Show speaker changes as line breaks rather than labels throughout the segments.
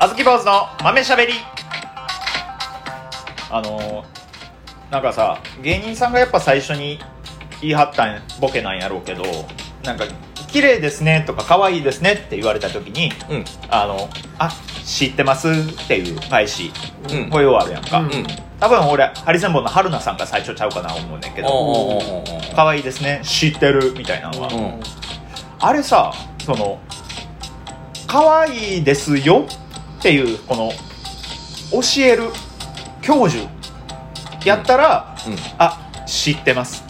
あずき坊主の豆しゃべりあのーなんかさ芸人さんがやっぱ最初に言い張ったんボケなんやろうけどなんか「綺麗ですね」とか「可愛いですね」って言われた時に
うん
「あのあ知ってます」っていう返し、
うん
こういうのあるやんか、
うん
うん
多分俺ハリセンボンの春菜さんが最初ちゃうかな思うねんけど
おうおうおうおう
「可愛いですね知ってる」みたいなのは、
うん
あれさその「可愛いですよ」っていうこの教える教授やったら「
うん
あ知ってます」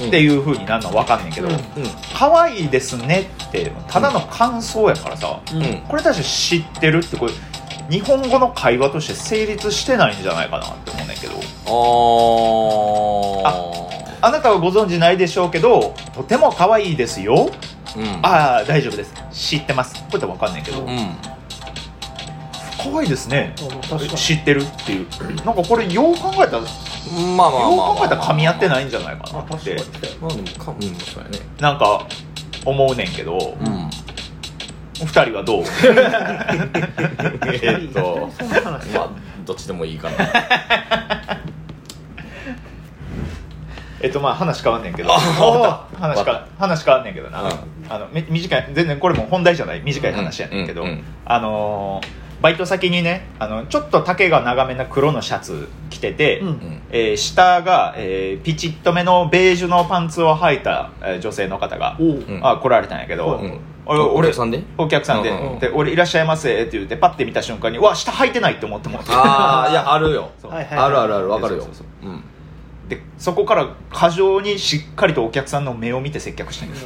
うん
っていう風になるのは分かんねんけど
う
「
ん
うん
可愛いですね」ってただの感想やからさ、
うん
うん
これ確か知ってるってこれ日本語の会話として成立してないんじゃないかなって思うねんけど
あ
あなたはご存知ないでしょうけどとても可愛いですよ
ーうん
ああ大丈夫です知ってますこれって分かんねんけど、
うん
可愛いですね
うん確かに
知ってるっていうなんかこれよう考えたらよう
まあまあまあまあ
考えたら噛み合って
い
ないんじゃないか
あ
なっ
確か
て
に
まあでもかうんそうやね
なんか思うねんけど
うん
二人はどうえっと
そんな話
まあどっちでもいいかな
えっとまあ話変わんねんけど
あ終わった
話か話変わんねんけどな、
うん
あのめ短い全然これも本題じゃない短い話やねんけど、
うんうんうん
あのーバイト先にねあのちょっと丈が長めな黒のシャツ着てて、
うん
うん
えー下が、えーピチッとめのベージュのパンツを履いた、えー女性の方が
おう
うん
あ来られたんやけど、
うん
俺
お
俺
客さんで
お客さんで,、
うんうん
で俺いらっしゃいませって言ってパッて見た瞬間にうわ下履いてないって思ってもうて
ああいやあるよ
そう
はいはいはい
あるあるあるわかるよ
そうそう
うん
でそこから過剰にしっかりとお客さんの目を見て接客したんで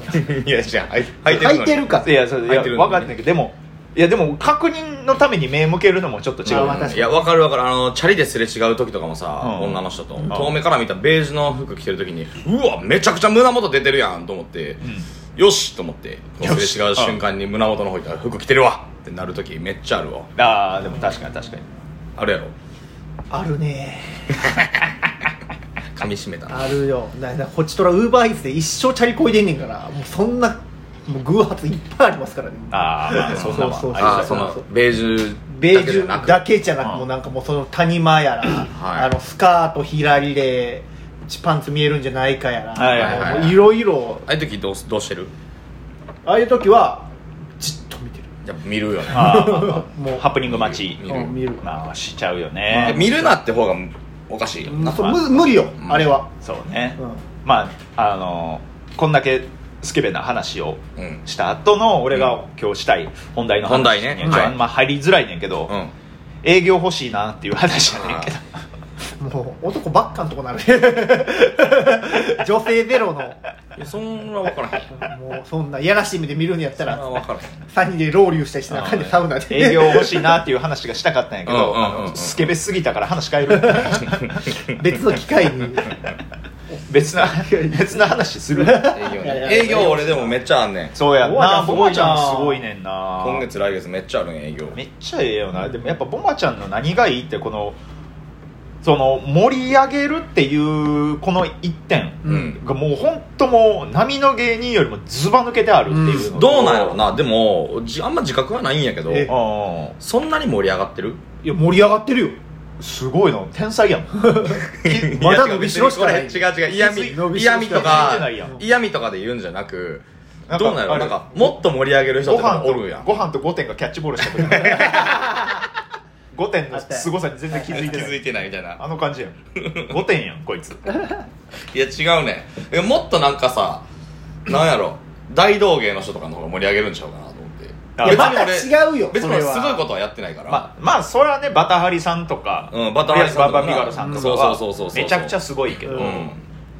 す
いやじゃあ
履いてるか
いやそうい
入
や
ってる
分
のね
かんないけどでもいやでも確認のために目向けるのもちょっと違う、
まあまあ確かに
いやわかるわかるあのチャリですれ違う時とかもさ、
うん
女の人と遠目から見たベージュの服着てる時にうわめちゃくちゃ胸元出てるやんと思って、よしと思ってこうすれ違う瞬間に胸元の方行ったら服着てるわってなる時めっちゃあるわ
ああでも確かに確かに
あるやろ
あるね
噛み締めたな
あるよだだこっちとらウーバーイーツで一生チャリこいでんねんからもうそんなもう偶発いっぱいありますからね
あーまあ
そ
そ
うん
な
そ
も
うんそう
あり
あ
が
あ
とう
そのベージュ
ベ
だ
ー
け
ジ
じゃな
ュ
く
だけじゃなく、
うん
もうなんかもうその谷間やら、
はい
あのスカート左でパンツ見えるんじゃないかやら、
はいはい
はい
もういろいろ
ああいう時どうすどうしてる
ああいう時はじっと見てる
じゃあ見るよね
あーまあまあ
もう
ハプニング待ち
見る
うん見る
まあしちゃうよ
いや
ね
見るなって方がおかしいよ
うん
な
そうむ無理よ、
ん
あれは、
そうね、
うん
まああのこんだけスケベな話を
うん
した後の俺が今日したい本題の話
本題ね
には
はい
あんま入りづらいねんけど、
うん
営業欲しいなっていう話やねんけど
もう男ばっかんとこなる ね女性ゼロの
いやそんな分からへんそん
もうそんないやらしい目で見るんやった
な
ら
分からへん
3人でロウリュしたりしなあかんで
あー
サウナで
営業欲しいなっていう話がしたかったんやけど、
うんうんうんうん
あのスケベすぎたから話変える
別の機会 に
別な 別な話する
営業
いやいや
ね営業俺でもめっちゃあんねん
そうやんな
お
ボ
前
マ
らすごいな
ちゃんすごいねんな
今月来月めっちゃあるん営業
めっちゃええよなでもやっぱボマちゃんの何がいいってこのその盛り上げるっていうこの一点
うん
がもう本当もう波の芸人よりもずば抜けてあるっていうのと
どうなんやろうなでもじあんま自覚はないんやけど
え
うん
そんなに盛り上がってる
いや盛り上がってるよ
すごいな天才やん
まだ伸びしろしかない
や違う違う違う嫌味
伸びしろしか
伸
嫌味と
ない
びてないや
か
ん
嫌味とかで言うんじゃなく
なんか
どうなんや
あ
ろ
れ
なんかもっと盛り上げる人っ
ご
ての
飯
も
と
おるやん
ご飯と5点がキャッチボール した時5点の凄さに全然気づい
気
てな
づ
い
いてないみたいな
あの感じやん5点やんこいつ
いや違うねいやもっとなんかさなんやろ大道芸の人とかの方が盛り上げるんちゃうかなと思って
あ
いやま
別に俺
た違うよ
別に
そ
俺
れは
すごいことはやってないから
まあまあそれはねバタハリさんとか、
うんバタハリさんとか
ババミガルさんとか
うんそうそうそうそう
は
そう
めちゃくちゃすごいけど、
う
うんん
うん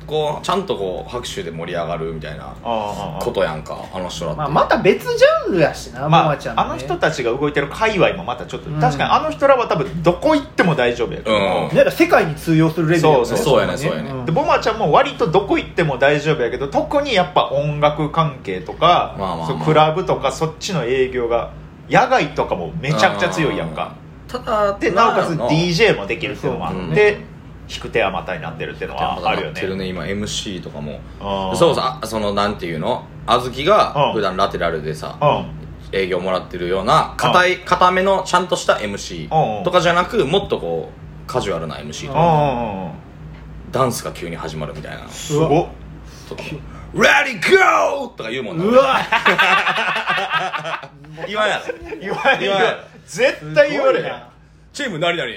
こうちゃんとこう拍手で盛り上がるみたいな
あ
ことやんかあの人だって
まあ、また別ジャンルやしな、
ま
ママ
あ
ちゃん、ね、
あの人たちが動いてる界隈もまたちょっと、
うん
確かにあの人らは多分どこ行っても大丈夫やけど、
うん
なんか世界に通用するレベルだよね
そう
そうやねそうやね
ん
でボマちゃんも割とどこ行っても大丈夫やけど特にやっぱ音楽関係とか、
まあまあまあ
そうクラブとかそっちの営業が野外とかもめちゃくちゃ強いやんか
ただ
でなおかつ
んやろ
DJ もできるっていうのもあ
うん
って引く手あまたになってるっていうのはあるよ
なってる
ね
ね今 MC とかも
あー
そうそうあそのなんていうのあずきが
うん
普段ラテラルでさ
うん
営業もらってるような硬い硬めのちゃんとした MC
うんうん
とかじゃなくもっとこうカジュアルな MC と
う
か
んうんうん
ダンスが急に始まるみたいな
すごっ
とか「Ready Go!」とか言うもんな
う わ
言わんやろ
言われる
言わない
絶対言われへん
チーム何々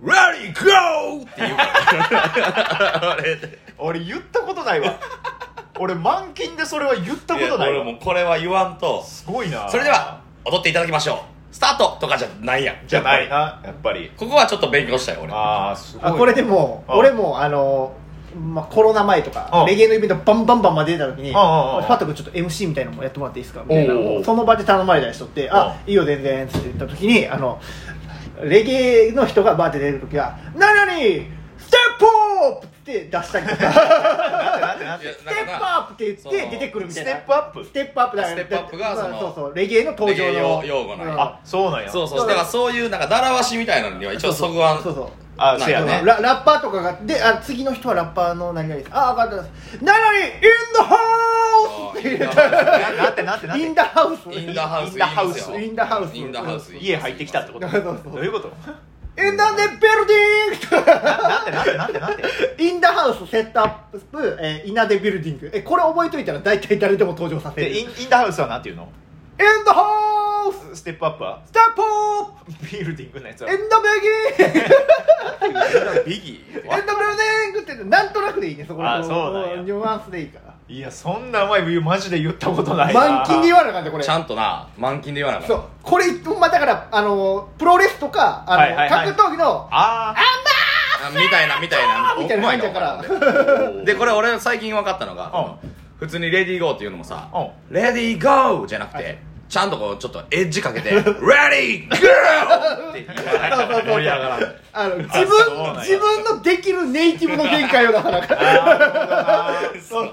Ready Go! って言うから。あれ
俺言ったことない わ俺満勤で それは言ったことない
いや
わ
俺もこれは言わんと。
すごいな
それでは、踊っていただきましょう。スタートとかじゃないやん。
じゃない
やっぱ
なやっぱり
りここはちょっと勉強したよ、俺。
ああすごい
あこれでも
うん
俺もあのまあ、コロナ前とか
うん
レゲエのイベントバンバンバンまで出た時に
ん
フ
うんうん
ァット君ちょっと MC みたいなのもやってもらっていいですかみたいな
おうおうおう
その場で頼まれた人って「あいいよ全然」って言った時にあのレゲエの人がバーで出る時は「なのにステップアップ!」って出したりとか
なんてなんてな
いや
んて
ステップアップって言って出てくるみたいな
ステップアップ
ステップアップだから
ステップアップがその
まあそうそうレゲエの登場
レゲエ
の
用用語なんや
うん
あそうなんや
そうそう。だからそういう、なんか、だらわしみたいなのには一応そこは
そうそう
あ
なんか
せやね
ララッパーとかがであ次の人はラッパーの何々ですあ分かったですなのに「インドハウス!」って言う
ななんてなんてなん
イン
て
ダハウス
インダハウス。
インダハウス
インダハウス。
家入ってきたって こと
そうそうそう
どういうこと
インダネベルディング
ななんてなんてなんて なんて
インダハウスセットアップ、えー、イナデビルディングえこれ覚えといたら大体誰でも登場させる
でイ
イン
ンインダハウスはなんていうの
ダハウス
ステップアップは
スタップアッ
ビルディングのやつは
プインダベギー
ビギー
エンドブルーデングってなんとなくでいいねそこ
あ
の
そうなんや
ニュアンスでいいから
いやそんなうまい理由マジで言ったことないな
満金で言わなあかんでこれ
ちゃんとな、満金で言わなあか
そ
っ
うこれほんまだからあのプロレスとかあの、
はいはいはい
格闘技の
あ
た。みたいな、みたいな。
みたいな感じやから
うまいな
あ
でこれ俺最近分かったのが
う
普通に「レディーゴー」っていうのもさ「
う
レディーゴー」じゃなくてちゃんとこうちょっとエッジか けて「レディーゴー!」って言わない
そうそうそう
盛り上がらん
あの自
そうなん
分
や
自分のできるネイティブの限界を だから
な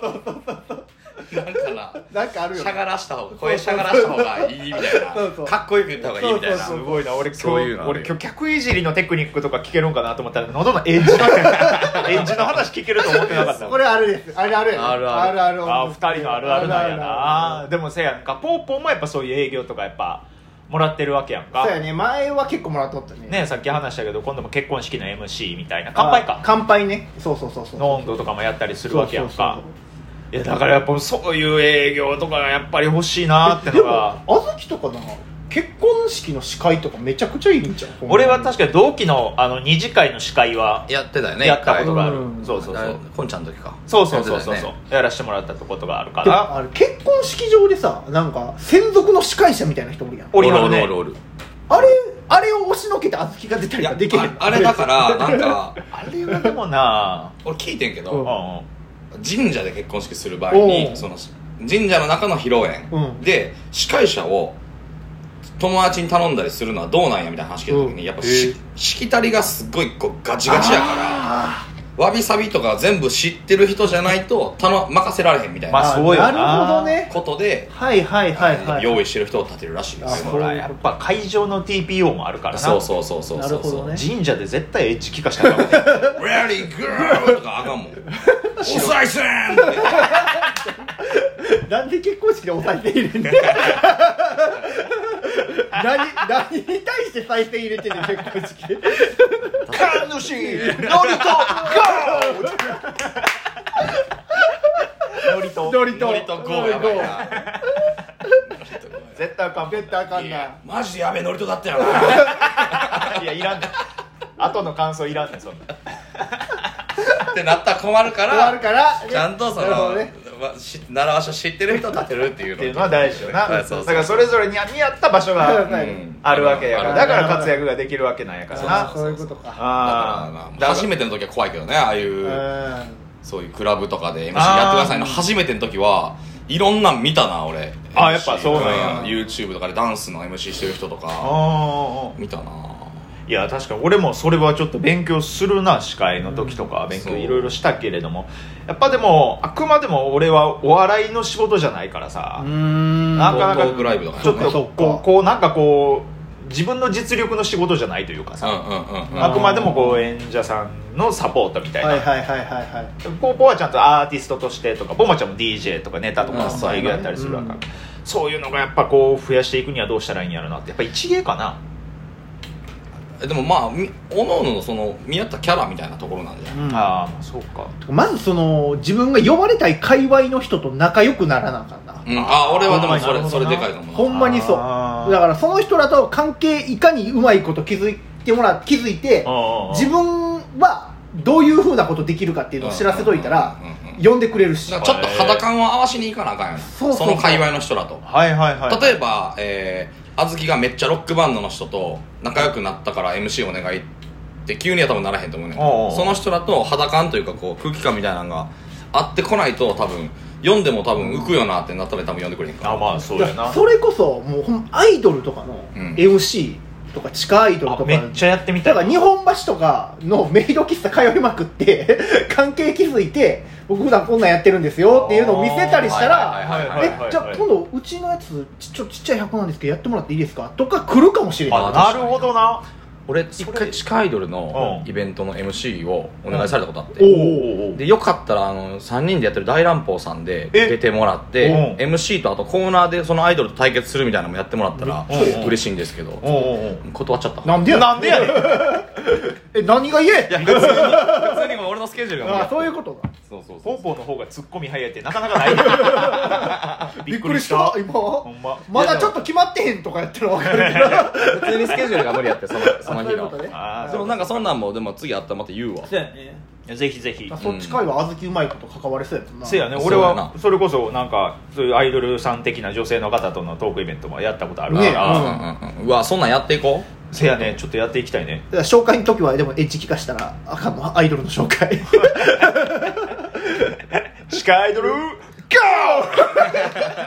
んかな
なんかあるよ
しゃがらした方が声しゃがらした方がいいみたい
そうそう
なかっこよく言った方がいいみたいな
すごいな俺今日
そういうのあるよ
俺今日客いじりのテクニックとか聞けるんかなと思ったら喉のエッジ のエッジの話聞けると思ってなか った
これあるですあるある
あるある
ある
あー二人のあるあるなんや
あるあるあ
な
る
でもせやんかポーポーもやっぱそういう営業とかやっぱもらってるわけやんか
そうやね前は結構もらっとったね
ねさっき話したけど今度も結婚式の MC みたいな乾杯
あ
か
乾杯ねそうそうそうそう
の温度とかもやったりするわけやん
そうそう
か
そう
いやだからやっぱそういう営業とかがやっぱり欲しいなって
で
の
も
が
あずきとかな結婚式の司会とかめちゃくちゃいいんじゃん
俺は確かに同期のあの二次会の司会は
やってたよね
やったことがある、
うん
そうそうそ
だ
う
こんちゃんの時か
そうそうそうそう
やって
そ
た
う
よね
やらしてもらったことがあるか
でも
ら
あれ結婚式場でさなんか専属の司会者みたいな人もいるやん
オリハ
お
ル
る
ね
おるおる
あれあれを押しのけて小豆が出た
い
り
や
ができる
ああれだからなん か
あれはでもな
俺聞いてんけ
う
う
ど
んうん
神社で結婚式する場合に
おう
その神社の中の披露宴、
うん
で司会者を友達に頼んだりするのはどうなんやみたいな話聞いた時に、
うん
やっぱ
へえ
ししきたりがすっごいこうガチガチやから
あ
わびさびとか全部知ってる人じゃないと頼任せられへんみたい
まあ
な
すごいよな
なるほどね
ことで、
はいはいはいはい
用意してる人を立てるらしいで
ー
す
あ
ほらやっぱ会場の TPO もあるからな
そうそうそうそうそう
なるほどね
神社で絶対エッジ聞かしたからね
レディーグーとかあかんもんおさいせんって
なんで結婚式で抑えて入れんねん 何何に対して再生入れてんねん結婚式で
神主ノリとゴーノリと
ノリと
ノリとゴーやばいな
絶対あかん
絶対あかん
い
な
やマジでやべえノリとだったよな
いやいらんねん後の感想いらんねんそんな
ってなったら困るか
終わ
ら
るからね
ちゃんとそ
なるほ
の、
どね
わし習わしを知ってる人を立てるってい
っ
うの
ていうのは大事よな
はい
だ
そうそう
からそれぞれに見合った場所
はい
が
はい
あるわけやから
うん
だから活躍ができるわけなんやから
あ
な
そういうこと
あ
か
だ
あ
から初
め
めての時は怖いけどねああいう、
う
そういうクラブとかで MC やってくださいの
あー
初めての時はいろんなん見たな俺
あやっぱそうなん
や
YouTube とかでダンスの MC してる人とか
ああ
見たない
や確かに俺もそれはちょっと勉強するな司会の時とかは勉
そ
強
う
いろいろしたけれどもやっぱでもあくまでも俺はお笑いの仕事じゃないからさ
ん
なかなか
トークライブとかね
ちょっと
そっ
こ
か
うこうなんかこう自分の実力の仕事じゃないというか
うん
さ
うんうんうん
あくまでもこう演者さんのサポートみたいな
はいはいはいはいはい
ポーポーはちゃんとアーティストとしてとかボマちゃんも DJ とかネタとか
あそう
そう
やね
いうのやったりするわけ、
うん
そういうのがやっぱこう増やしていくにはどうしたらいいんやろなってやっぱ一芸かな
えでもまあみおのおののその見合ったキャラみたいなところなんじゃない、
うん
ああまあそうか
まずその自分が呼ばれたい界隈の人と仲良くならなあかんな、
うん、あ俺はでも
あ
そ
ーなる
れ
ほど
そ
な
れでかいと思う
ほんまにそう
あー
だからその人らと関係いかにうまいこと気づいてもら気づいて自
分
分はどういうふうなことできるかっていうのを知らせといたら
うんうんうんうん
呼んでくれるし
だからちょっと肌感を合わしに行かなあかんよな
そうそうそう
の界隈の人らと
はいはいはい
例えば、えー、あずきがめっちゃロックバンドの人と仲良くなったから MC お願いって急には多分ならへんと思うねんけど
おうおう
その人らと肌感というかこう空気感みたいなのが合ってこないと多分読んでも多分浮くよなってなったら多分読んでくれへんから
あまあそう
だ
や
か
な
らそれこそもうほんまアイドルとかの
うん
MC とか地下アイドルと
あ
か
めっちゃやってみた
だ
い
から日本橋とかのメイド喫茶通いまくって 関係築いて僕普段こんなんやってるんですよっていうのを見せたりした
はい
ら
はいはいはい
はい
えじゃあ今度うちのやつちちょちっちゃい箱なんですけどやってもらっていいですかとか来るかもしれない
あなるほどな
俺一回地下アイドルの
うん
イベントの MC をお願いされたことあって、
おお
でよかったらあの3人でやってる大乱暴さんで
え
出てもらって
う
MC とあとコーナーでそのアイドルと対決するみたいなのもやってもらったら
うん
嬉しいんですけど
おおお
断っちゃった
なんでや
なんでやねん
え何が言え
いや普通に普通にもう俺のスケジュールが
あそういうことだ
そうそうそ
ポ
う
ンポンの方がツッコミ早いってなかなかない
今
ほんま
まだちょっと決まってへんとかやったら分かるけ ど
普通にスケジュールが無理やってそのその日の
そういうことね
あー
でもなんかそんなんもでも次あったらまた言うわ
そうやね
いやぜひぜひ
そっちかいは小豆うまいこと関わりそうやもんな
せやね
そう
俺
やな
はそれこそなんかそういうアイドルさん的な女性の方とのトークイベントもやったことあるか
ね
ら、
うん
うんうんうんうわそんなんやっていこ
せやねちょっとやっていきたいね
だから紹介の時はでもエッジ聞かしたらあかんのアイドルの紹介
地下アイドル GO!